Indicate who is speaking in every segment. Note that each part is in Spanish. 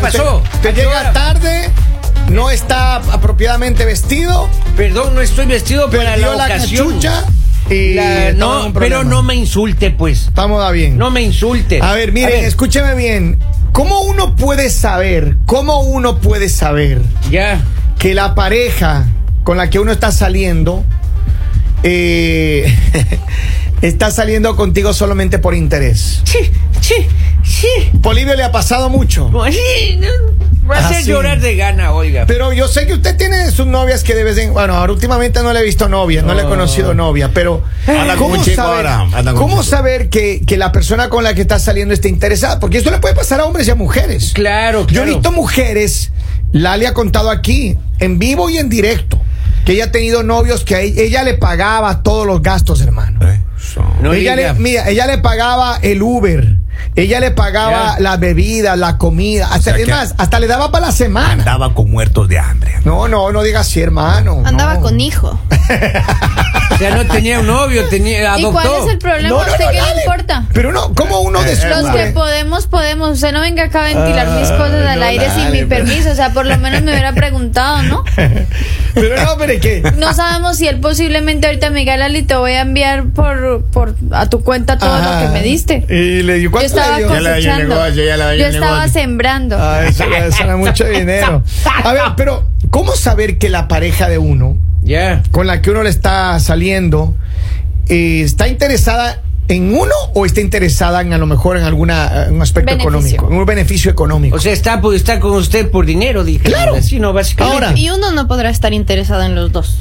Speaker 1: Te
Speaker 2: ¿A qué
Speaker 1: llega
Speaker 2: hora?
Speaker 1: tarde, no está apropiadamente vestido,
Speaker 2: Perdón, no estoy vestido para
Speaker 1: perdió
Speaker 2: la
Speaker 1: la,
Speaker 2: ocasión.
Speaker 1: cachucha y
Speaker 2: La-
Speaker 1: estamos en
Speaker 2: no,
Speaker 1: un
Speaker 2: pero
Speaker 1: problema.
Speaker 2: no me insulte, pues.
Speaker 1: Estamos a bien.
Speaker 2: No me insulte.
Speaker 1: A ver, miren, escúcheme bien. ¿Cómo uno puede saber? ¿Cómo uno puede saber
Speaker 2: Ya.
Speaker 1: que la pareja con la que uno está saliendo eh, está saliendo contigo solamente por interés?
Speaker 2: Sí, sí, sí.
Speaker 1: Polivio le ha pasado mucho.
Speaker 2: No, sí, no, Va a hacer
Speaker 1: Así.
Speaker 2: llorar de gana, oiga.
Speaker 1: Ah, Pero yo sé que usted tiene sus novias que de vez en bueno, ahora últimamente no le he visto novia, no, le he
Speaker 2: No.
Speaker 1: conocido novia, pero
Speaker 3: Anda con un chico ahora, anda
Speaker 1: Eh,
Speaker 3: con
Speaker 1: cómo
Speaker 3: un chico.
Speaker 1: saber que, que la persona con la que está saliendo está interesada? Porque esto le puede pasar a hombres y a mujeres.
Speaker 2: Claro,
Speaker 1: Yo he
Speaker 2: claro.
Speaker 1: visto mujeres, Lali ha contado aquí, en vivo y en directo, que ella ha tenido novios que a ella, ella le pagaba todos los gastos, hermano.
Speaker 3: Son-
Speaker 2: No
Speaker 1: ella,
Speaker 2: diga.
Speaker 1: le, mira, ella le pagaba el Uber, ella le pagaba
Speaker 2: Ya.
Speaker 1: las bebidas, la comida, hasta,
Speaker 3: sea
Speaker 1: es
Speaker 3: que-
Speaker 1: más, hasta le daba para la semana.
Speaker 3: Andaba con muertos de hambre.
Speaker 1: No, no, no digas así, hermano.
Speaker 4: Andaba
Speaker 1: no.
Speaker 4: con hijo.
Speaker 2: O sea, no tenía un novio, tenía,
Speaker 4: ¿Y
Speaker 2: adoptó.
Speaker 4: cuál es el problema?
Speaker 1: No, no,
Speaker 4: ¿Usted
Speaker 1: no,
Speaker 4: qué
Speaker 1: dale.
Speaker 4: le importa?
Speaker 1: Pero no, ¿cómo uno
Speaker 3: Eh,
Speaker 1: descubre?
Speaker 4: Los que podemos, podemos. Usted no venga acá a ventilar mis cosas al
Speaker 1: Ah, no,
Speaker 4: aire sin
Speaker 1: dale, pues.
Speaker 4: mi
Speaker 1: pero-
Speaker 4: permiso. O sea, por lo menos me hubiera preguntado, ¿no?
Speaker 1: Pero no, pero es que.
Speaker 4: No sabemos si él posiblemente ahorita me diga, Lali, te voy a enviar por, por a tu cuenta todo
Speaker 1: Ajá.
Speaker 4: lo que me diste.
Speaker 1: Ah. Y le
Speaker 4: Yo
Speaker 1: ¿cuánto
Speaker 4: estaba
Speaker 1: le dio?
Speaker 3: Ya le dañó el
Speaker 4: cosechando.
Speaker 3: negocio, ya le dañó
Speaker 4: Yo
Speaker 3: el
Speaker 4: estaba
Speaker 3: negocio.
Speaker 4: sembrando.
Speaker 1: Ay, eso ya suena mucho dinero. A ver, pero, ¿cómo saber que la pareja de uno,
Speaker 2: Ya.
Speaker 1: con la que uno le está saliendo, eh, está interesada en uno o está interesada en a lo mejor en alguna en un aspecto
Speaker 4: Beneficio.
Speaker 1: económico, en un beneficio económico?
Speaker 2: O sea, está, pues, está con usted por dinero, dije.
Speaker 1: Claro.
Speaker 2: Así no, básicamente.
Speaker 1: Ahora.
Speaker 5: Y uno no podrá estar interesado en los dos.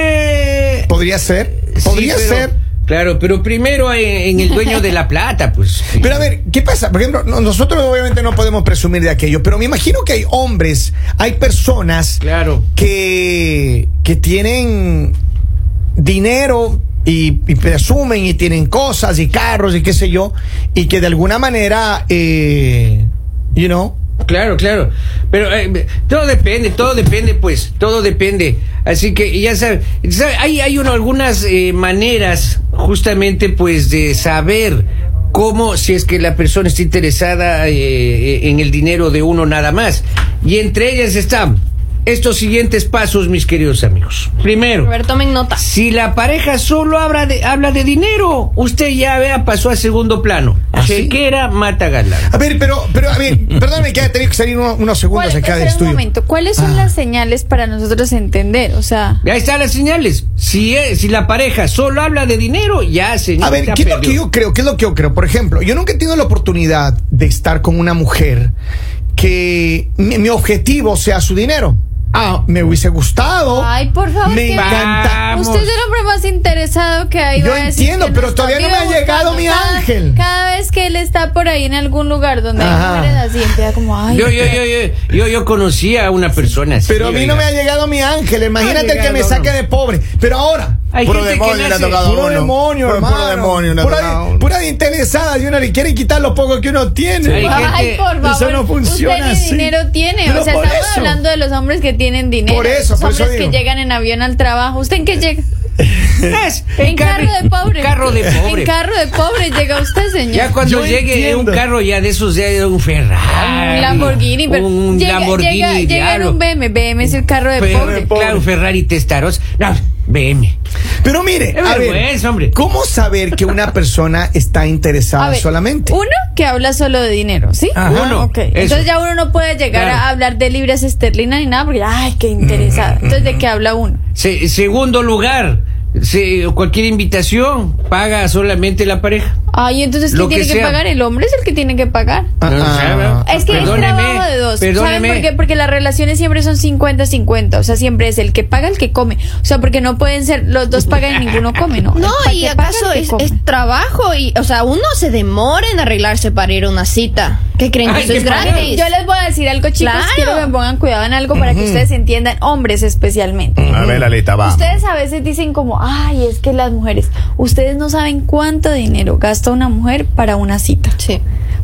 Speaker 2: Eh,
Speaker 1: podría ser,
Speaker 2: sí,
Speaker 1: podría
Speaker 2: pero-
Speaker 1: ser.
Speaker 2: Claro, pero primero en, en el dueño de la plata, pues.
Speaker 1: Pero a ver, ¿qué pasa? Por ejemplo, no- nosotros obviamente no podemos presumir de aquello, pero me imagino que hay hombres, hay personas
Speaker 2: Claro.
Speaker 1: que, que tienen dinero y, y presumen y tienen cosas y carros y qué sé yo, y que de alguna manera, eh, you know,
Speaker 2: Claro, claro. Pero eh, todo depende, todo depende, pues, todo depende. Así que ya sabes, hay, hay uno- algunas eh, maneras justamente, pues, de saber cómo, si es que la persona está interesada eh, eh, en el dinero de uno nada más. Y entre ellas están estos siguientes pasos, mis queridos amigos. Primero.
Speaker 5: A ver, tomen nota.
Speaker 2: Si la pareja solo habla de, habla de dinero, usted ya vea, pasó al segundo plano.
Speaker 1: ¿Ah, sí?
Speaker 2: Chequera mata galán.
Speaker 1: A ver, pero, pero, a ver, perdóname que haya tenido que salir uno- unos segundos
Speaker 4: ¿Cuál-
Speaker 1: acá
Speaker 4: espera
Speaker 1: del
Speaker 4: un
Speaker 1: estudio.
Speaker 4: momento, ¿Cuáles son
Speaker 1: Ah.
Speaker 4: las señales para nosotros entender? O sea,
Speaker 2: Ahí están las señales. Si, eh, si la pareja solo habla de dinero, ya señorita
Speaker 1: A ver, ¿qué es lo que
Speaker 2: perdió.
Speaker 1: yo creo? ¿Qué es lo que yo creo? Por ejemplo, yo nunca he tenido la oportunidad de estar con una mujer que mi, mi objetivo sea su dinero. Ah, me hubiese gustado.
Speaker 4: Ay, por favor,
Speaker 1: Me
Speaker 4: que-
Speaker 1: encanta.
Speaker 2: Vamos.
Speaker 4: usted es el hombre más interesado que hay.
Speaker 1: Yo
Speaker 4: voy a decir
Speaker 1: entiendo,
Speaker 4: que
Speaker 1: pero
Speaker 4: nos
Speaker 1: todavía no me ha
Speaker 4: convive
Speaker 1: llegado
Speaker 4: buscando.
Speaker 1: mi
Speaker 4: Cada-
Speaker 1: ángel.
Speaker 4: Cada vez que él está por ahí en algún lugar donde
Speaker 1: Ajá.
Speaker 4: hay mujeres así, empieza como, ay.
Speaker 2: Yo, yo, yo, yo, yo, yo conocí a una persona así,
Speaker 1: Pero a mí no me
Speaker 2: oiga.
Speaker 1: ha llegado mi ángel.
Speaker 2: No ha
Speaker 1: Imagínate el que
Speaker 2: llegado,
Speaker 1: me
Speaker 2: no.
Speaker 1: saque de pobre. Pero ahora.
Speaker 2: Hay
Speaker 3: Puro
Speaker 2: gente que
Speaker 3: demonio le ha
Speaker 2: nace-
Speaker 3: tocado.
Speaker 1: Puro
Speaker 3: uno.
Speaker 1: demonio,
Speaker 3: Puro- puro
Speaker 1: hermano.
Speaker 3: demonio, le ha tocado
Speaker 1: pura,
Speaker 3: uno.
Speaker 1: pura interesada y una le quiere quitar lo poco que uno tiene.
Speaker 2: Sí.
Speaker 1: Ah,
Speaker 4: Ay,
Speaker 2: gente,
Speaker 4: por favor.
Speaker 1: eso no funciona
Speaker 4: Usted ni
Speaker 1: así.
Speaker 4: dinero tiene.
Speaker 1: Pero
Speaker 4: o sea,
Speaker 1: por
Speaker 4: estamos
Speaker 1: eso.
Speaker 4: hablando de los hombres que tienen dinero.
Speaker 1: Por eso,
Speaker 4: Los
Speaker 1: por eso
Speaker 4: hombres que
Speaker 1: digo.
Speaker 4: llegan en avión al trabajo. ¿Usted en qué llega?
Speaker 2: Es,
Speaker 4: En carro de pobre.
Speaker 2: Carro de pobre.
Speaker 4: En carro de pobre llega usted, señor.
Speaker 2: Ya cuando
Speaker 1: Yo
Speaker 2: llegue
Speaker 1: entiendo.
Speaker 2: un carro ya de esos, ya un Ferrari.
Speaker 4: Un Lamborghini, pero
Speaker 2: un
Speaker 4: llega,
Speaker 2: Lamborghini,
Speaker 4: llega, llega en
Speaker 2: diablo.
Speaker 4: un BM, BM es el carro de
Speaker 2: Pero, eh,
Speaker 4: pobre.
Speaker 2: Claro, un Ferrari Testaros. No, BM.
Speaker 1: Pero mire,
Speaker 2: Es
Speaker 1: a ver,
Speaker 2: vergüenza, hombre.
Speaker 1: ¿cómo saber que una persona está interesada
Speaker 4: A ver,
Speaker 1: solamente?
Speaker 4: Ah, Uno que habla solo de dinero, ¿sí?
Speaker 2: Ah, Ajá. Uno,
Speaker 4: Ok.
Speaker 2: eso.
Speaker 4: Entonces ya uno no puede llegar
Speaker 2: Claro. Mm,
Speaker 4: a hablar de libras esterlinas ni nada porque, ay, qué interesada. Entonces, ¿de qué habla uno?
Speaker 2: Se- segundo lugar, se- cualquier invitación paga solamente la pareja.
Speaker 4: Ay, entonces,
Speaker 2: Lo
Speaker 4: ¿quién
Speaker 2: que
Speaker 4: tiene que,
Speaker 2: sea.
Speaker 4: pagar? El hombre es el que tiene que pagar.
Speaker 1: Ah,
Speaker 2: No,
Speaker 1: ah,
Speaker 2: sabe.
Speaker 4: Es que
Speaker 2: Perdóneme,
Speaker 4: es trabajo de dos.
Speaker 2: perdóneme.
Speaker 4: ¿Saben por qué? Porque las relaciones siempre son 50-50. O sea, siempre es el que paga el que come. O sea, porque no pueden ser los dos pagan y ninguno come, ¿no?
Speaker 5: No,
Speaker 4: El
Speaker 5: y
Speaker 4: que paga,
Speaker 5: acaso
Speaker 4: el que
Speaker 5: es,
Speaker 4: come.
Speaker 5: es trabajo y, o sea, uno se demora en arreglarse para ir a una cita. ¿Qué creen que
Speaker 2: Ay,
Speaker 5: eso
Speaker 2: qué
Speaker 5: es
Speaker 2: padre.
Speaker 5: gratis?
Speaker 4: Yo les voy a decir algo, chicos.
Speaker 5: Claro.
Speaker 4: Quiero que me pongan cuidado en algo para que ustedes entiendan, hombres especialmente.
Speaker 3: A ver, Lalita, va.
Speaker 4: Ustedes a veces dicen como, ay, es que las mujeres, ustedes no saben cuánto dinero gasta una mujer para una cita.
Speaker 5: Sí.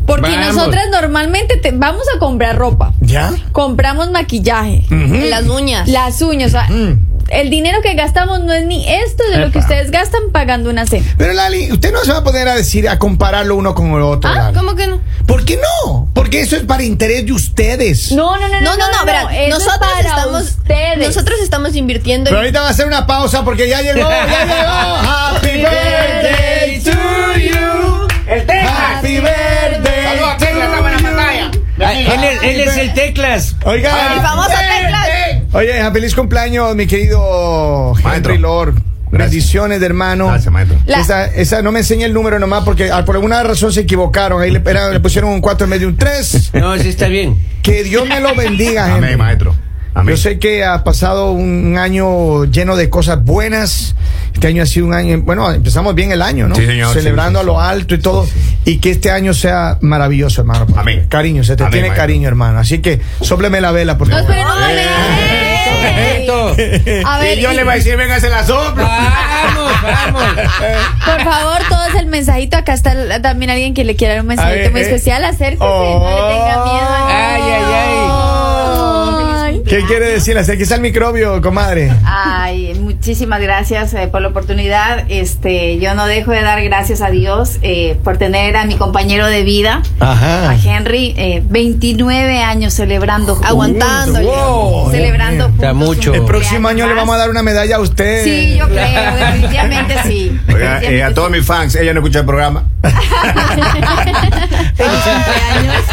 Speaker 4: Porque
Speaker 2: Vamos.
Speaker 4: nosotras normalmente te- vamos a comprar ropa,
Speaker 1: ¿Ya?
Speaker 4: compramos maquillaje,
Speaker 5: En Las uñas.
Speaker 4: las uñas, o sea,
Speaker 1: Mm.
Speaker 4: el dinero que gastamos no es ni esto de lo que ustedes gastan pagando una cena.
Speaker 1: Pero Lali, usted no se va a poner a decir, a compararlo uno con el otro.
Speaker 5: ah,
Speaker 1: Lali.
Speaker 5: ¿cómo que no?
Speaker 1: ¿Por qué no? Porque eso es para interés de ustedes.
Speaker 4: No, no, no,
Speaker 5: No, no, no, verán,
Speaker 4: eso es
Speaker 5: nosotros
Speaker 4: para
Speaker 5: estamos
Speaker 4: ustedes.
Speaker 5: nosotros estamos invirtiendo
Speaker 1: Pero
Speaker 5: en
Speaker 1: ahorita va a hacer una pausa porque ya llegó, ya llegó. Happy birthday to you.
Speaker 2: El Teclas.
Speaker 1: Happy birthday.
Speaker 6: Saludos a
Speaker 1: to
Speaker 6: Teclas, está buena
Speaker 1: you.
Speaker 6: pantalla.
Speaker 2: Ah, Él, es- él es el Teclas.
Speaker 1: Oiga,
Speaker 5: el famoso
Speaker 1: ¡Eh,
Speaker 5: teclas.
Speaker 1: Oye, a feliz cumpleaños, mi querido Henry
Speaker 3: Maestro.
Speaker 1: Lord.
Speaker 3: Gracias.
Speaker 1: Bendiciones, de hermano.
Speaker 3: Gracias, maestro.
Speaker 5: La-
Speaker 1: Esa, esa- no me enseñe el número nomás porque ah, por alguna razón se equivocaron. Ahí le, era- le pusieron un 4 en vez de un 3.
Speaker 2: No, sí está bien.
Speaker 1: Que Dios me lo bendiga, Henry.
Speaker 3: Amén, maestro. Amén.
Speaker 1: Yo sé que ha pasado un año lleno de cosas buenas. Este año ha sido un año, bueno, empezamos bien el año, ¿no?
Speaker 3: Sí, señor,
Speaker 1: Celebrando
Speaker 3: sí, sí,
Speaker 1: a lo
Speaker 3: sí.
Speaker 1: alto y todo.
Speaker 3: Sí, sí.
Speaker 1: Y que este año sea maravilloso, hermano.
Speaker 3: Amén.
Speaker 1: Cariño, se te
Speaker 3: Amén,
Speaker 1: tiene
Speaker 3: maestro.
Speaker 1: cariño, hermano. Así que sópleme la vela, por
Speaker 4: No,
Speaker 1: favor.
Speaker 4: espere, no, no, no, no.
Speaker 2: Perfecto.
Speaker 4: A
Speaker 3: Eh.
Speaker 4: ver,
Speaker 3: y yo
Speaker 4: y-
Speaker 3: le voy a decir, venga, se la soplo.
Speaker 2: Vamos, vamos.
Speaker 4: Ah, por favor, todos el mensajito. Acá está el- también alguien que le quiera dar un mensajito
Speaker 1: ver,
Speaker 4: muy
Speaker 1: eh.
Speaker 4: especial. Acérquese, no
Speaker 1: Oh.
Speaker 4: le tenga miedo.
Speaker 2: Ay, ay, ay.
Speaker 4: Ay.
Speaker 1: ¿Qué quiere decir? Aquí está el microbio, comadre.
Speaker 7: Ay, muchísimas gracias eh, por la oportunidad. Este, yo no dejo de dar gracias a Dios eh, por tener a mi compañero de vida,
Speaker 1: Ajá.
Speaker 7: a Henry, eh, 29 años celebrando,
Speaker 5: aguantándole.
Speaker 1: Wow,
Speaker 7: celebrando.
Speaker 1: Dios mío.
Speaker 2: Está
Speaker 7: juntos un
Speaker 2: mucho.
Speaker 1: El próximo
Speaker 7: cumpleaños
Speaker 1: año le
Speaker 7: más.
Speaker 1: vamos a dar eh, una medalla a usted.
Speaker 7: Sí, yo creo, definitivamente sí.
Speaker 3: Oiga, eh, a
Speaker 7: Definitivamente
Speaker 3: todos mis fans, ella no escucha el programa.
Speaker 7: Feliz cumpleaños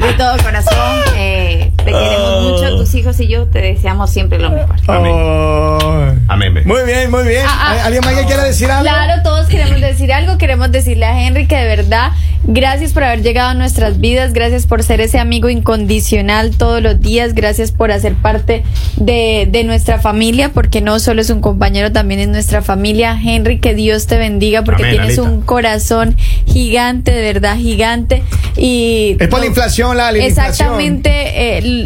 Speaker 7: de todo corazón. Eh, te
Speaker 1: Ah.
Speaker 7: queremos mucho, tus hijos y yo te deseamos siempre lo mejor.
Speaker 1: Oh.
Speaker 3: Amén. ve.
Speaker 1: Muy bien, muy bien.
Speaker 4: Ah, ah.
Speaker 1: ¿Alguien más que quiera decir algo?
Speaker 4: Claro, todos queremos decir algo, queremos decirle a Henry que de verdad, gracias por haber llegado a nuestras vidas, gracias por ser ese amigo incondicional todos los días, gracias por hacer parte de, de nuestra familia, porque no solo es un compañero, también es nuestra familia. Henry, que Dios te bendiga, porque
Speaker 3: Amén,
Speaker 4: tienes
Speaker 3: Lalita.
Speaker 4: un corazón gigante, de verdad, gigante. Y
Speaker 1: Es por la
Speaker 4: no-
Speaker 1: inflación, Lali. la inflación.
Speaker 4: Exactamente, eh, l-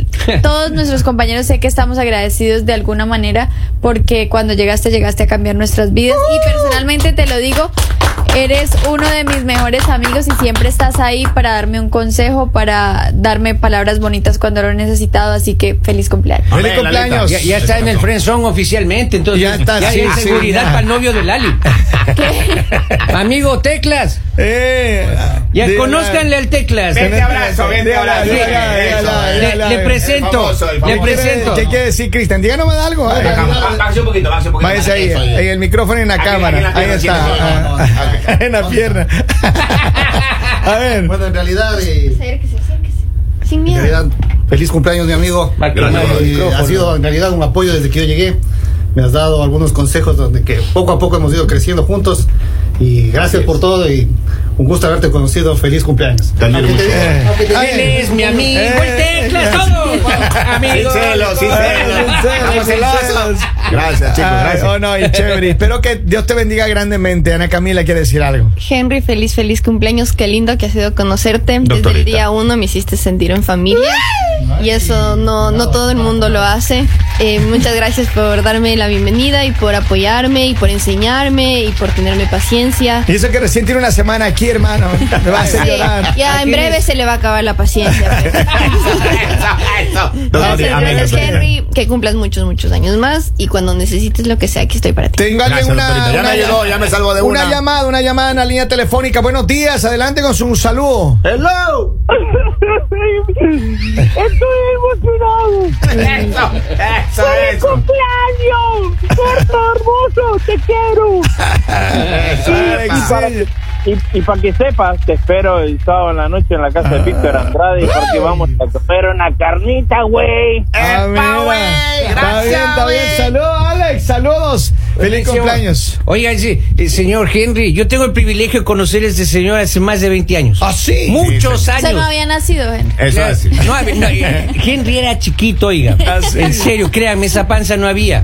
Speaker 4: todos nuestros compañeros sé que estamos agradecidos de alguna manera porque cuando llegaste llegaste a cambiar nuestras vidas y personalmente te lo digo, eres uno de mis mejores amigos y siempre estás ahí para darme un consejo, para darme palabras bonitas cuando lo he necesitado, así que feliz cumpleaños.
Speaker 1: Feliz
Speaker 3: Amén, Lalita.
Speaker 1: cumpleaños.
Speaker 2: Ya, ya está en el friendzone oficialmente, entonces
Speaker 1: Ya
Speaker 2: ya,
Speaker 1: está, sí,
Speaker 2: hay
Speaker 1: sí,
Speaker 2: seguridad
Speaker 1: ya.
Speaker 2: para el novio de Lali. Amigo Teclas,
Speaker 1: Eh,
Speaker 2: ya
Speaker 1: de-
Speaker 2: conózcanle al Teclas.
Speaker 6: Vente, abrazo, vente, abrazo.
Speaker 2: Sí. eh. Le, le presento,
Speaker 3: El famoso, el
Speaker 2: le
Speaker 3: famoso.
Speaker 1: ¿Qué quiere-
Speaker 2: presento.
Speaker 1: ¿Qué quiere decir, Cristian? Díganos algo. ah,
Speaker 3: Venga,
Speaker 1: díganos.
Speaker 6: Ba- Bájese un poquito, bájese un poquito.
Speaker 1: Váyase ahí,
Speaker 6: Eso,
Speaker 1: en el micrófono y en la
Speaker 6: Aquí,
Speaker 1: cámara.
Speaker 6: aquí en la
Speaker 1: ahí
Speaker 6: pierna,
Speaker 1: está.
Speaker 6: sí, eso,
Speaker 1: ah,
Speaker 6: vamos,
Speaker 1: ah, en la pierna. A ver.
Speaker 8: Bueno, en realidad, eh,
Speaker 4: Acérquese, acérquese. Sin
Speaker 8: en
Speaker 4: miedo.
Speaker 8: realidad, feliz cumpleaños, mi amigo.
Speaker 2: Va a quemar
Speaker 8: Eh,
Speaker 2: el
Speaker 8: ha sido en realidad un apoyo desde que yo llegué. Me has dado algunos consejos donde que poco a poco hemos ido creciendo juntos. Y gracias por todo y un gusto haberte conocido. Feliz cumpleaños.
Speaker 3: Te admiro
Speaker 8: Aunque te
Speaker 3: mucho.
Speaker 8: diga-
Speaker 1: Eh.
Speaker 8: aunque te diga-
Speaker 2: Él es mi amigo, el
Speaker 1: Eh,
Speaker 2: Teclas, todo. Amigo.
Speaker 3: Sincero, sincero.
Speaker 1: Sinceros, sinceros.
Speaker 3: Gracias, chicos,
Speaker 8: Ah,
Speaker 1: Ay,
Speaker 3: gracias.
Speaker 1: oh, no, y chévere. Espero que Dios te bendiga grandemente. Ana Camila quiere decir algo.
Speaker 5: Henry, feliz, feliz cumpleaños. Qué lindo que ha sido conocerte. Desde
Speaker 3: Doctorita.
Speaker 5: el día uno me hiciste sentir en familia. Y eso no, no todo el mundo lo hace. Eh, muchas gracias por darme la bienvenida y por apoyarme y por enseñarme y por tenerme paciencia.
Speaker 1: Y eso que recién tiene una semana aquí, hermano. Me va a hacer
Speaker 5: Sí,
Speaker 1: llorar.
Speaker 5: ya en breve se le va a acabar la paciencia. pues.
Speaker 6: eso.
Speaker 5: Gracias,
Speaker 3: Doctorita, amén,
Speaker 5: gracias,
Speaker 3: doctorita.
Speaker 5: Henry. Que cumplas muchos, muchos años más. Y cuando necesites lo que sea, aquí estoy para ti.
Speaker 1: Tengo
Speaker 3: Gracias,
Speaker 1: alguien una,
Speaker 3: doctorita. Ya
Speaker 1: una-
Speaker 3: me ayudó, ya me salvo de una.
Speaker 1: una llamada, una llamada en la línea telefónica. Buenos días, adelante con su saludo.
Speaker 8: ¡Hello!
Speaker 9: Estoy emocionado.
Speaker 6: Eso, eso,
Speaker 9: ¡Feliz
Speaker 6: eso.
Speaker 9: cumpleaños! ¡Corto hermoso! ¡Te quiero!
Speaker 1: Alexis.
Speaker 9: Y, y para que sepas, te espero el sábado en la noche en la casa de
Speaker 3: Ah.
Speaker 9: Víctor Andrade porque vamos a comer una carnita, güey.
Speaker 1: Ah, mira. Está bien, está bien. Saludos, Alex. Saludos. Feliz cumpleaños.
Speaker 2: Oiga, sí, eh, señor Henry, yo tengo el privilegio de conocer a este señor hace más de 20 años.
Speaker 1: Así.
Speaker 2: Muchos
Speaker 4: O
Speaker 2: años.
Speaker 4: sea, no había nacido, Henry.
Speaker 3: Eso
Speaker 2: Claro.
Speaker 3: es. Ah,
Speaker 2: No, a ver, no, eh, Henry era chiquito, oiga. En serio, créanme, esa panza no había.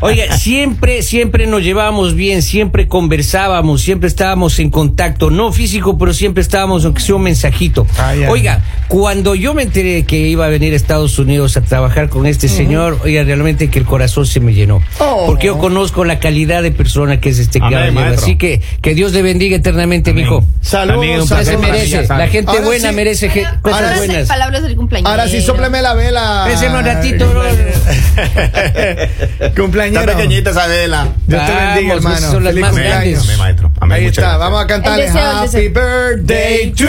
Speaker 2: Oiga, siempre, siempre nos llevábamos bien, siempre conversábamos, siempre estábamos en contacto, no físico, pero siempre estábamos, aunque sea un mensajito.
Speaker 1: Ah, ya.
Speaker 2: Oiga, cuando yo me enteré que iba a venir a Estados Unidos a trabajar con este señor, oiga, realmente que el corazón se me llenó.
Speaker 1: Oh.
Speaker 2: Porque yo conozco la calidad de persona que es este
Speaker 3: Amén,
Speaker 2: caballero.
Speaker 3: maestro.
Speaker 2: Así que, que Dios le bendiga eternamente, mijo.
Speaker 1: Saludos,
Speaker 3: Amigo, un
Speaker 2: Ya
Speaker 3: placer,
Speaker 2: se
Speaker 1: saludos.
Speaker 2: merece.
Speaker 3: maravilla,
Speaker 2: La gente
Speaker 1: Ahora
Speaker 2: buena
Speaker 1: sí.
Speaker 2: merece ge- cosas
Speaker 5: Pues Palabras-
Speaker 2: buenas.
Speaker 5: Palabras del cumpleaños.
Speaker 1: Ahora sí, sópleme la vela.
Speaker 2: Péseme un ratito, bro.
Speaker 1: Cumpleañero.
Speaker 3: Está pequeñita esa vela.
Speaker 1: Dios te bendiga,
Speaker 2: Vamos,
Speaker 1: hermano.
Speaker 2: esas son las
Speaker 1: Feliz
Speaker 2: más
Speaker 1: cumpleaños.
Speaker 2: grandes.
Speaker 3: Amén, maestro. Amén,
Speaker 1: Ahí
Speaker 3: muchas
Speaker 1: está,
Speaker 3: gracias.
Speaker 1: vamos a cantarle
Speaker 4: El deseo, el
Speaker 1: Happy
Speaker 4: deseo.
Speaker 1: Birthday to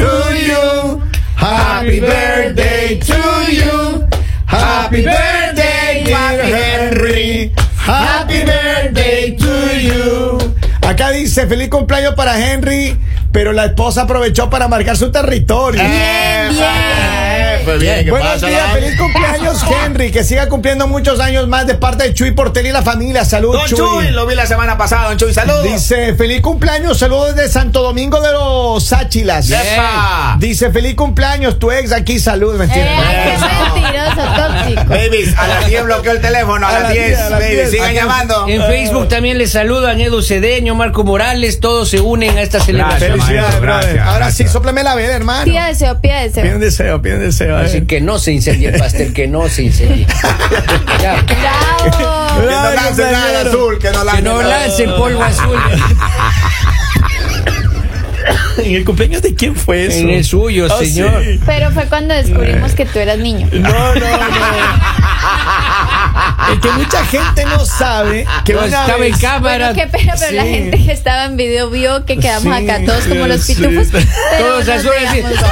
Speaker 1: you. Happy Birthday to you. Happy Birthday, dear Henry. Happy Birthday to you. Acá dice, feliz cumpleaños para Henry, pero la esposa aprovechó para marcar su territorio.
Speaker 4: Bien, bien.
Speaker 3: Eh, pues bien, ¿qué
Speaker 1: Buenos
Speaker 3: pasa,
Speaker 1: días,
Speaker 3: la-
Speaker 1: feliz cumpleaños Henry, que siga cumpliendo muchos años más de parte de Chuy Portel y la familia. Salud,
Speaker 3: Don Chuy, lo vi la semana pasada, Don Chuy, saludos.
Speaker 1: Dice, feliz cumpleaños, saludos de Santo Domingo de los Áchilas.
Speaker 3: ¡Epa!
Speaker 1: Dice, feliz cumpleaños, tu ex aquí, salud,
Speaker 4: Eh,
Speaker 1: mentira.
Speaker 4: ay, qué mentiroso, tóxico.
Speaker 3: Babies, a las 10 bloqueó el teléfono, a,
Speaker 1: A
Speaker 3: las
Speaker 1: las
Speaker 3: 10,
Speaker 1: 10, a las
Speaker 3: babies,
Speaker 1: 10.
Speaker 3: sigan
Speaker 1: Aquí-
Speaker 3: llamando.
Speaker 2: En Facebook también les saludan Edu Cedeño, Marco Morales, todos se unen a esta celebración.
Speaker 3: Gracias,
Speaker 1: Felicidades,
Speaker 3: maestro,
Speaker 1: brother.
Speaker 3: gracias,
Speaker 1: Ahora
Speaker 3: gracias.
Speaker 1: sí, soplame la vela, hermano.
Speaker 4: Pida deseo, pida deseo.
Speaker 1: Piden deseo, piden deseo. a
Speaker 2: Así
Speaker 1: ver.
Speaker 2: que no se incendie el pastel, que no se incendie. Ya,
Speaker 3: Que
Speaker 4: Bravo.
Speaker 3: no
Speaker 1: Ay,
Speaker 3: lancen nada
Speaker 1: compañero.
Speaker 3: azul, que no
Speaker 2: que
Speaker 3: lancen
Speaker 2: no
Speaker 3: nada
Speaker 2: lance el
Speaker 3: azul.
Speaker 2: polvo azul
Speaker 1: ¿En el cumpleaños de quién fue eso?
Speaker 2: en el suyo,
Speaker 1: Ah, sí.
Speaker 2: señor.
Speaker 4: Pero fue cuando descubrimos que tú eras niño.
Speaker 1: No, no, no. Es que mucha gente no sabe que
Speaker 2: No,
Speaker 1: una
Speaker 2: estaba
Speaker 1: vez-
Speaker 2: en cámara.
Speaker 4: Bueno, qué pena, pero la
Speaker 1: Ah, Sí.
Speaker 4: gente que estaba en video vio que quedamos
Speaker 1: Sí,
Speaker 4: acá todos como los
Speaker 1: sí.
Speaker 4: pitufos. pero
Speaker 2: Todos
Speaker 4: nos
Speaker 2: azules, sí.
Speaker 4: negamos.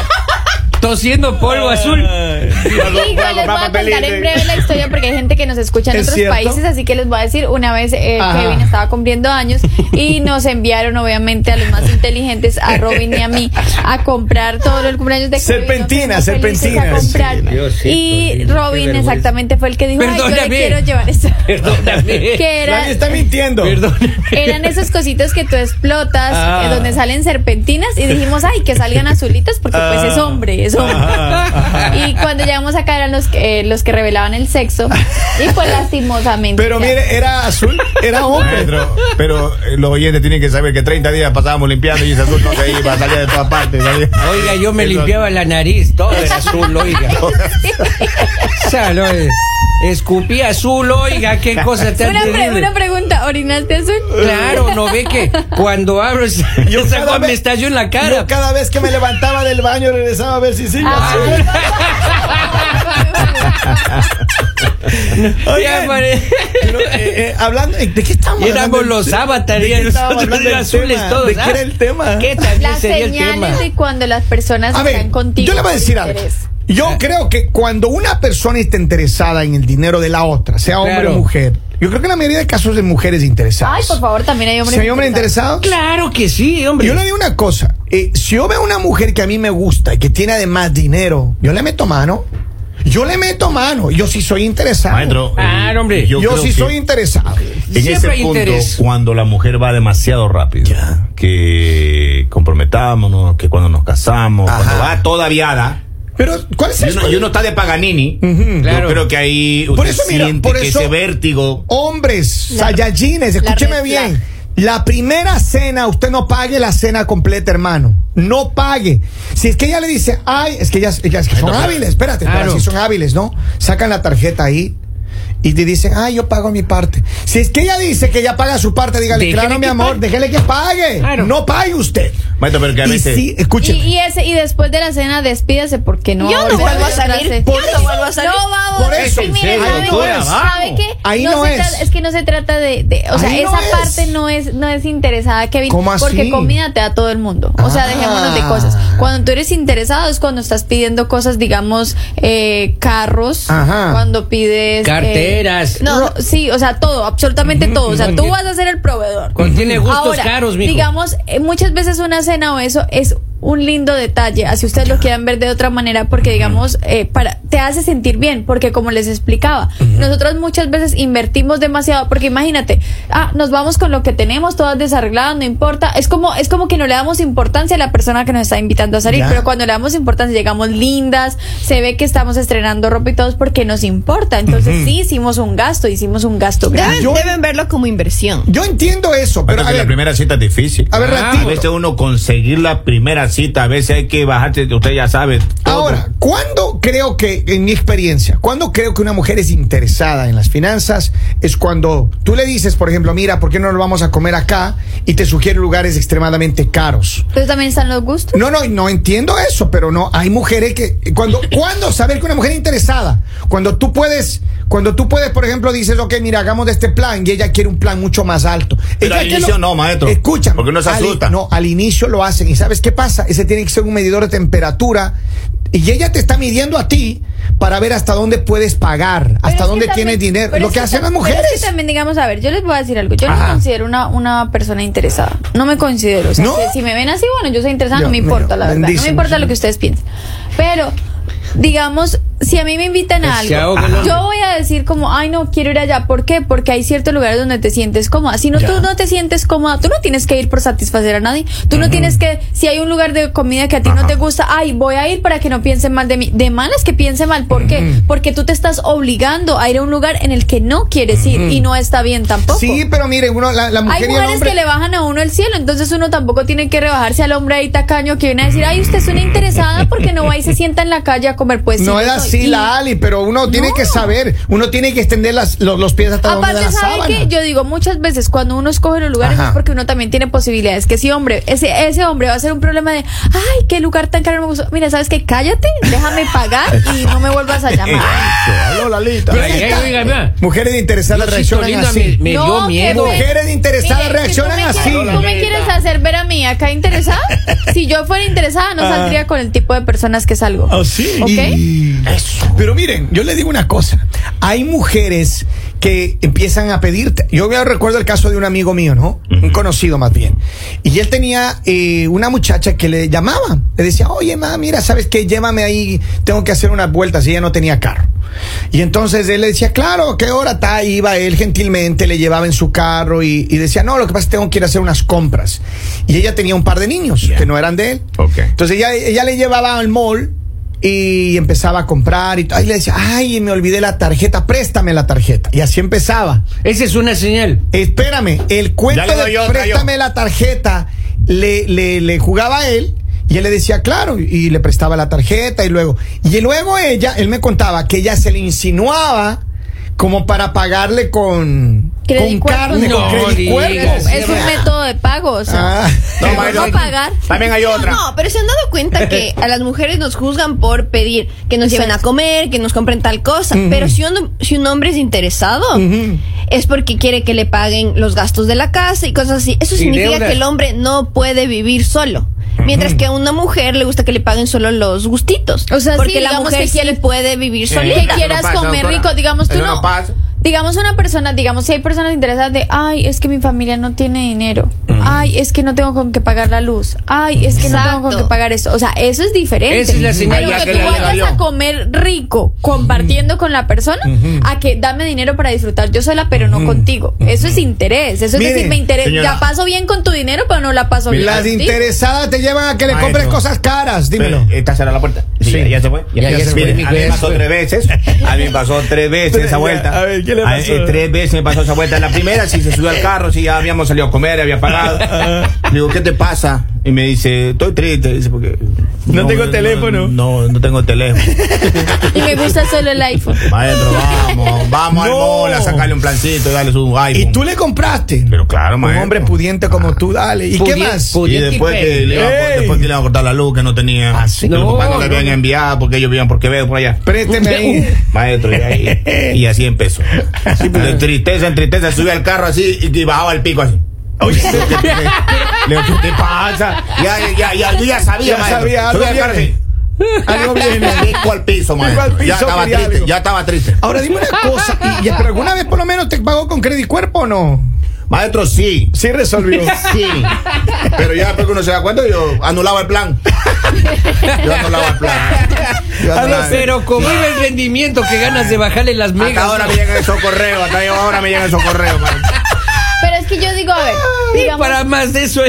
Speaker 2: Tosiendo
Speaker 1: Ah.
Speaker 2: polvo azul.
Speaker 4: Digo, les voy a contar en breve la historia porque hay gente que nos escucha en
Speaker 1: ¿Es
Speaker 4: otros
Speaker 1: cierto?
Speaker 4: países, así que les voy a decir, una vez eh,
Speaker 1: Ajá.
Speaker 4: Kevin estaba cumpliendo años y nos enviaron obviamente a los más inteligentes, a Robin y a mí, a comprar todo el cumpleaños de Kevin.
Speaker 1: Serpentinas,
Speaker 4: Nosotros felices
Speaker 1: serpentinas.
Speaker 4: A comprar.
Speaker 2: Diosito,
Speaker 4: y
Speaker 2: lindo, qué
Speaker 4: Robin
Speaker 2: vergüenza.
Speaker 4: exactamente fue el que dijo, Ay, yo le
Speaker 2: Perdóname.
Speaker 4: quiero llevar esto.
Speaker 2: Perdóname.
Speaker 4: que era,
Speaker 1: Nadie está mintiendo.
Speaker 2: Perdóname.
Speaker 4: eran esas cositas que tú explotas,
Speaker 1: Ah.
Speaker 4: eh, donde salen serpentinas y dijimos, ay, que salgan azulitas porque
Speaker 1: Ah.
Speaker 4: pues es hombre, es hombre.
Speaker 1: Ajá,
Speaker 4: Y cuando llegamos acá eran los, que- eh, los que revelaban el sexo y pues lastimosamente.
Speaker 1: Pero
Speaker 4: ya.
Speaker 1: mire, era azul, era hombre.
Speaker 3: Maestro, pero eh, los oyentes tienen que saber que 30 días pasábamos limpiando y ese azul no se iba, salía de todas partes. salía.
Speaker 2: Oiga, yo me
Speaker 3: Eso-
Speaker 2: limpiaba la nariz, todo era azul, oiga. O sea, lo- escupí azul, oiga, qué cosa tan
Speaker 4: Una, pre-
Speaker 2: terrible.
Speaker 4: una pregunta, ¿orinaste azul?
Speaker 2: Claro, no ve que cuando abro esa
Speaker 1: Yo
Speaker 2: esa
Speaker 1: cada
Speaker 2: agua
Speaker 1: vez-
Speaker 2: me estalló en la
Speaker 1: Yo
Speaker 2: cara. Ah,
Speaker 1: cada vez que me levantaba del baño regresaba a ver si sí.
Speaker 4: Ay,
Speaker 2: Ya,
Speaker 1: Oigan,
Speaker 2: pare-
Speaker 1: pero, eh, eh, hablando, eh, ¿de qué estamos hablando?
Speaker 2: Éramos los
Speaker 1: ¿De
Speaker 2: avatares,
Speaker 1: qué estábamos hablando del
Speaker 2: azules
Speaker 1: tema?
Speaker 2: todos.
Speaker 1: ¿De qué
Speaker 2: ah.
Speaker 1: era el tema?
Speaker 2: ¿Qué también
Speaker 4: Las
Speaker 2: sería el tema?
Speaker 4: señales de cuando las personas
Speaker 1: A ver,
Speaker 4: están contigo.
Speaker 1: yo le voy a
Speaker 4: por
Speaker 1: decir algo.
Speaker 4: interés.
Speaker 1: Yo creo que cuando una persona está interesada en el dinero de la otra, sea hombre
Speaker 2: Claro.
Speaker 1: o mujer, yo creo que en la mayoría de casos de mujeres interesadas.
Speaker 4: Ay, por favor, también hay hombres.
Speaker 1: ¿Si hay hombres interesados?
Speaker 2: Claro que sí, hombre.
Speaker 1: Yo le digo una cosa, eh, si yo veo una mujer que a mí me gusta y que tiene además dinero, yo le meto mano. Yo le meto mano, yo sí soy interesado.
Speaker 3: Maestro, eh,
Speaker 2: Claro, hombre.
Speaker 1: yo
Speaker 3: creo
Speaker 1: sí
Speaker 3: que-
Speaker 1: soy interesado.
Speaker 3: En
Speaker 2: Siempre
Speaker 3: ese
Speaker 2: hay
Speaker 3: punto,
Speaker 2: interés.
Speaker 3: cuando la mujer va demasiado rápido, que comprometámonos, que cuando nos casamos,
Speaker 1: Ajá.
Speaker 3: cuando va toda viada,
Speaker 1: Pero ¿cuál es
Speaker 3: y
Speaker 1: el
Speaker 3: uno, y uno está de Paganini, yo
Speaker 2: Claro.
Speaker 3: creo que ahí usted
Speaker 1: Por eso, mira,
Speaker 3: siente
Speaker 1: por
Speaker 3: que
Speaker 1: eso-
Speaker 3: ese vértigo.
Speaker 1: Hombres, sayajines, escúcheme
Speaker 4: red
Speaker 1: bien. La primera cena, usted no pague la cena completa, hermano. No pague. Si es que ella le dice, ay, es que ellas, ellas que son
Speaker 3: Claro.
Speaker 1: hábiles, espérate, espérate,
Speaker 2: Claro.
Speaker 1: si son hábiles, ¿no? Sacan la tarjeta ahí y te dicen, ay, yo pago mi parte. Si es que ella dice que ella paga su parte, dígale,
Speaker 2: Déjele
Speaker 1: claro, mi
Speaker 2: que
Speaker 1: amor,
Speaker 2: pague.
Speaker 1: déjele que pague.
Speaker 2: Claro.
Speaker 1: No pague usted.
Speaker 3: Maestro, pero que a
Speaker 1: Y
Speaker 3: veces.
Speaker 1: sí,
Speaker 4: Y,
Speaker 1: escuche.
Speaker 4: y ese, y después de la cena, despídase porque no. va
Speaker 5: Yo no
Speaker 4: volver
Speaker 5: vuelvo a
Speaker 4: otra
Speaker 5: salir.
Speaker 4: cena.
Speaker 5: Yo no vuelvo a salir.
Speaker 4: No va a
Speaker 1: Por
Speaker 4: volver.
Speaker 1: eso,
Speaker 4: Y mire,
Speaker 1: en
Speaker 4: ¿sabe,
Speaker 1: serio, doctora,
Speaker 4: ¿sabe
Speaker 1: vamos.
Speaker 4: qué?
Speaker 1: Ahí
Speaker 4: No
Speaker 1: no
Speaker 4: se
Speaker 1: es.
Speaker 4: trata- es que no se trata de, de- o sea,
Speaker 1: Ahí no
Speaker 4: esa
Speaker 1: es.
Speaker 4: parte no es no es interesada, Kevin,
Speaker 1: ¿Cómo así?
Speaker 4: porque comida te da todo el mundo. O sea,
Speaker 1: Ah.
Speaker 4: dejémonos de cosas. Cuando tú eres interesado es cuando estás pidiendo cosas, digamos, eh, carros,
Speaker 1: Ajá.
Speaker 4: cuando pides eh,
Speaker 2: Carteras. Mm,
Speaker 4: no, sí, o sea, todo, absolutamente todo. O sea,
Speaker 2: no,
Speaker 4: tú
Speaker 2: que-
Speaker 4: vas a ser el proveedor.
Speaker 2: Contiene gustos
Speaker 4: Ahora,
Speaker 2: caros, mijo.
Speaker 4: Digamos, eh, muchas veces una cena o eso es un lindo detalle, así ustedes lo quieran ver de otra manera, porque digamos, eh, para, te hace sentir bien, porque como les explicaba, nosotros muchas veces invertimos demasiado, porque imagínate, ah, nos vamos con lo que tenemos, todas desarregladas, no importa, es como, es como que no le damos importancia a la persona que nos está invitando a salir,
Speaker 1: Ya.
Speaker 4: pero cuando le damos importancia, llegamos lindas, se ve que estamos estrenando ropa y todo, es porque nos importa, entonces sí hicimos un gasto, hicimos un gasto grande.
Speaker 5: Deben,
Speaker 1: Yo-
Speaker 5: deben verlo como inversión.
Speaker 1: Yo entiendo eso, pero
Speaker 3: Maestro,
Speaker 1: a
Speaker 3: que la
Speaker 1: ver,
Speaker 3: primera cita es difícil.
Speaker 1: a ver,
Speaker 2: Ah,
Speaker 3: A
Speaker 1: ratito.
Speaker 3: veces uno conseguir la primera cita, a veces hay que bajarse, usted ya sabe. todo.
Speaker 1: Ahora, ¿cuándo creo que, en mi experiencia, cuándo creo que una mujer es interesada en las finanzas? Es cuando tú le dices, por ejemplo, mira, ¿por qué no lo vamos a comer acá? Y te sugiere lugares extremadamente caros.
Speaker 4: Pero también están los gustos.
Speaker 1: No, no, no entiendo eso, pero no, hay mujeres que cuando cuando saber que una mujer interesada, cuando tú puedes, cuando tú puedes, por ejemplo, dices, ok, mira, hagamos de este plan y ella quiere un plan mucho más alto.
Speaker 3: Pero
Speaker 1: Ella
Speaker 3: al
Speaker 1: que
Speaker 3: inicio no, maestro,
Speaker 1: Escucha,
Speaker 3: porque uno se
Speaker 1: al-
Speaker 3: asusta.
Speaker 1: no, al inicio lo hacen y sabes qué pasa, ese tiene que ser un medidor de temperatura y ella te está midiendo a ti para ver hasta dónde puedes pagar,
Speaker 4: Pero
Speaker 1: hasta
Speaker 4: es
Speaker 1: dónde
Speaker 4: también-
Speaker 1: tienes dinero,
Speaker 4: pero
Speaker 1: lo
Speaker 4: es
Speaker 1: que hacen las
Speaker 4: tam- pero es que
Speaker 1: mujeres.
Speaker 4: también, digamos, a ver, yo les voy a decir algo. Yo no me
Speaker 1: Ajá.
Speaker 4: considero una, una persona interesada. No me considero. O sea,
Speaker 1: ¿No?
Speaker 4: que si me ven así, bueno, yo soy interesada,
Speaker 1: Dios
Speaker 4: no me importa,
Speaker 1: mío,
Speaker 4: la verdad. No
Speaker 1: bendísimo
Speaker 4: me importa
Speaker 1: Señor.
Speaker 4: lo que ustedes piensen. Pero, digamos, si a mí me invitan a
Speaker 2: Que se
Speaker 4: algo,
Speaker 2: ahogue el hombre.
Speaker 4: yo voy a decir como, ay, no, quiero ir allá. ¿Por qué? Porque hay ciertos lugares donde te sientes cómoda. Si no, tú no te sientes cómoda, tú no tienes que ir por satisfacer a nadie. Tú no tienes que, si hay un lugar de comida que a ti no te gusta, ay, voy a ir para que no piensen mal de mí. De malas que piensen mal. ¿Por qué? Porque tú te estás obligando a ir a un lugar en el que no quieres ir y no está bien tampoco.
Speaker 1: Sí, pero mire, uno la, la mujer
Speaker 4: Hay
Speaker 1: y el
Speaker 4: mujeres
Speaker 1: hombre
Speaker 4: que le bajan a uno el cielo, entonces uno tampoco tiene que rebajarse al hombre ahí tacaño que viene a decir, ay, usted es una interesada porque no va y se sienta en la calle a comer pues. sí,
Speaker 1: No
Speaker 4: lo
Speaker 1: es
Speaker 4: soy".
Speaker 1: así
Speaker 4: Y-
Speaker 1: la Ali, pero uno tiene que saber, uno tiene que extender las, los, los pies hasta donde
Speaker 4: Aparte,
Speaker 1: la
Speaker 4: ¿sabe
Speaker 1: sábana.
Speaker 4: qué? Yo digo, muchas veces cuando uno escoge los lugares
Speaker 1: Ajá.
Speaker 4: es porque uno también tiene posibilidades. Que si hombre, ese, ese hombre va a ser un problema de, ay, qué lugar tan caro me gustó. Mira, ¿sabes qué? Cállate, déjame pagar y no me vuelvas a llamar.
Speaker 1: Aló, Lalita.
Speaker 2: Pero ahí, ahí, oiga, vea.
Speaker 1: Mujeres interesadas
Speaker 2: Yo sí,
Speaker 1: reaccionan
Speaker 2: Tolinda,
Speaker 1: así.
Speaker 2: Me
Speaker 4: No,
Speaker 2: dio
Speaker 4: qué
Speaker 2: miedo.
Speaker 4: pena.
Speaker 1: Mujeres interesadas
Speaker 4: Mira, es que tú
Speaker 1: reaccionan
Speaker 4: me
Speaker 1: así.
Speaker 4: quieres- ¿Tú me quieres hacer ver a mí acá interesada? si yo fuera interesada, no saldría con el tipo de personas que salgo.
Speaker 1: Ah, sí.
Speaker 4: ¿Ok?
Speaker 1: Y- Pero miren, yo les digo una cosa. Hay mujeres que empiezan a pedirte. Yo veo- recuerdo el caso de un amigo mío, ¿no? Un conocido más bien. Y él tenía eh, una muchacha que le llamaba. Le decía, oye, ma, mira, ¿sabes qué? Llévame ahí. Tengo que hacer unas vueltas. Y ella no tenía carro. Y entonces él le decía, claro, ¿qué hora está? Iba él gentilmente, le llevaba en su carro y, y decía, no, lo que pasa es que tengo que ir a hacer unas compras. Y ella tenía un par de niños que no eran de él.
Speaker 3: Ok.
Speaker 1: Entonces ella, ella le llevaba al mall y empezaba a comprar y, t- ay, le decía, ay, me olvidé la tarjeta, préstame la tarjeta. Y así empezaba.
Speaker 2: Esa es una señal.
Speaker 1: Espérame, el cuento
Speaker 3: le doy
Speaker 1: de
Speaker 3: otra,
Speaker 1: préstame la tarjeta le, le, le jugaba a él y él le decía, claro, y le prestaba la tarjeta y luego. Y luego ella, él me contaba que ella se le insinuaba como para pagarle con, con
Speaker 4: Credit cuerpo.
Speaker 1: carne,
Speaker 2: No,
Speaker 1: con credit
Speaker 2: digas.
Speaker 1: cuerpo.
Speaker 4: Es un método de pago, o sea.
Speaker 1: Ah.
Speaker 4: No,
Speaker 2: Mario,
Speaker 4: ¿cómo
Speaker 2: hay-
Speaker 4: pagar?
Speaker 6: También hay otra.
Speaker 5: No, pero se han dado cuenta que a las mujeres nos juzgan por pedir que nos lleven a comer, que nos compren tal cosa. Pero si un, si un hombre es interesado, es porque quiere que le paguen los gastos de la casa y cosas así. Eso
Speaker 2: Y
Speaker 5: significa
Speaker 2: deudas.
Speaker 5: que el hombre no puede vivir solo. Mientras que a una mujer le gusta que le paguen solo los gustitos.
Speaker 4: O sea, sí,
Speaker 5: porque la
Speaker 4: digamos
Speaker 5: mujer
Speaker 4: que sí.
Speaker 5: quiere puede vivir
Speaker 6: Eh,
Speaker 5: solita.
Speaker 4: que
Speaker 6: no
Speaker 4: quieras
Speaker 6: pasa,
Speaker 4: comer
Speaker 6: doctora.
Speaker 4: rico, digamos tú
Speaker 6: Eso no
Speaker 4: no.
Speaker 6: pasa.
Speaker 4: Digamos una persona, digamos si hay personas interesadas de, ay, es que mi familia no tiene dinero, ay, es que no tengo con qué pagar la luz, ay, es que no tengo con
Speaker 5: Exacto.
Speaker 4: qué pagar eso, o sea, eso es diferente.
Speaker 2: Esa es la señal.
Speaker 4: Pero
Speaker 2: Ya que
Speaker 4: que tú
Speaker 2: la diga
Speaker 4: vayas
Speaker 6: yo.
Speaker 4: a comer rico compartiendo con la persona, a que dame dinero para disfrutar yo sola, pero no contigo. Eso es interés, eso es
Speaker 1: Mire,
Speaker 4: decir, me interesa,
Speaker 3: señora.
Speaker 4: ya paso bien con tu dinero, pero no la paso bien.
Speaker 1: Las
Speaker 4: contigo.
Speaker 1: interesadas te llevan a que le
Speaker 3: Maestro.
Speaker 1: compres cosas caras, dímelo.
Speaker 3: Pero, ¿Está cerrada Eh, la puerta? Sí, Ya, ya se fue.
Speaker 2: Ya, ya se
Speaker 3: Mire,
Speaker 2: fue, mi
Speaker 3: A mí
Speaker 2: güey,
Speaker 3: me pasó
Speaker 2: fue.
Speaker 3: tres veces. A mí me pasó tres veces esa vuelta.
Speaker 1: A ver, ¿qué le
Speaker 3: mí,
Speaker 1: pasó?
Speaker 3: eh, tres veces me pasó esa vuelta. La primera, sí, se subió al carro, sí, ya habíamos salido a comer, había pagado. Le digo, ¿qué te pasa? Y me dice, estoy triste. Dice, porque.
Speaker 1: No tengo teléfono.
Speaker 3: No, no tengo teléfono.
Speaker 4: Y me gusta solo el iPhone.
Speaker 3: Maestro, vamos, vamos
Speaker 1: No.
Speaker 3: al mall a sacarle un plancito y darle su iPhone.
Speaker 1: Y tú le compraste.
Speaker 3: Pero claro,
Speaker 1: Un
Speaker 3: maestro.
Speaker 1: hombre pudiente como tú, dale. ¿Y qué
Speaker 2: Pudien-
Speaker 1: más?
Speaker 2: pu-
Speaker 3: Y después que, le iba a,
Speaker 1: Ey.
Speaker 3: después que le iban a cortar la luz que no tenía.
Speaker 1: Ah, sí.
Speaker 3: Que los
Speaker 2: No,
Speaker 3: papás no le
Speaker 2: no.
Speaker 3: habían enviado porque ellos vivían por Quevedo, por allá.
Speaker 1: Présteme ahí.
Speaker 3: Maestro, y, ahí- y así empezó. De tristeza en tristeza, subía al carro así y, y bajaba el pico así. Oye, ¿qué te- qué- le digo, ¿qué te pasa? Ya, ya, ya, yo ya sabía,
Speaker 1: Ya sabía,
Speaker 3: maestro. Subía al
Speaker 1: algo
Speaker 3: carro así.
Speaker 1: viene. Algo viene.
Speaker 3: Pico al piso, maestro.
Speaker 1: al
Speaker 3: ya
Speaker 1: piso,
Speaker 3: estaba
Speaker 1: quería
Speaker 3: triste,
Speaker 1: algo.
Speaker 3: ya estaba triste.
Speaker 1: Ahora dime una cosa, y- y- pero alguna vez por lo menos te pagó con crédito cuerpo o no? Ah,
Speaker 3: Maestro, sí.
Speaker 1: Sí resolvió.
Speaker 3: Sí. Pero ya después que uno se da cuenta, yo anulaba el plan. Yo anulaba el plan. Yo anulaba el-
Speaker 2: Pero como iba el rendimiento que ganas de bajarle las megas.
Speaker 3: Hasta ahora
Speaker 2: ¿no?
Speaker 3: me llegan esos correos, hasta ahora me llegan esos correos, maestro.
Speaker 4: Pero es que yo digo, a ver, digamos,
Speaker 2: Para más de eso.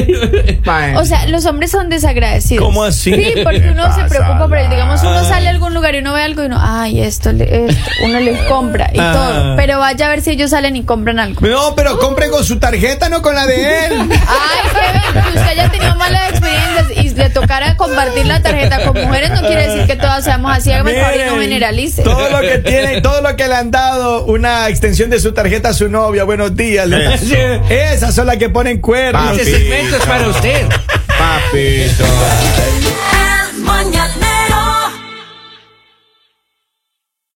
Speaker 4: O sea, los hombres son desagradecidos.
Speaker 3: ¿Cómo así?
Speaker 4: Sí, porque uno se
Speaker 3: Pasa
Speaker 4: preocupa por él.
Speaker 3: la-
Speaker 4: Digamos, uno sale a algún lugar y uno ve algo y uno, ay, esto, le- esto. uno les compra y
Speaker 1: Ah.
Speaker 4: todo. Pero vaya a ver si ellos salen y compran algo.
Speaker 1: No, pero compre con su tarjeta, no con la de él.
Speaker 4: Ay, qué bien, que usted haya tenido malas experiencias y si le tocara compartir la tarjeta con mujeres, no quiere decir que todas seamos así. Hágame el favor y no
Speaker 1: Miren,
Speaker 4: generalice.
Speaker 1: Todo lo que tiene, todo lo que le han dado una extensión de su tarjeta a su novia, buenos días. le-
Speaker 3: Eso.
Speaker 1: Esas son las que ponen cuernos.
Speaker 2: Este segmento es para usted.
Speaker 3: Papito.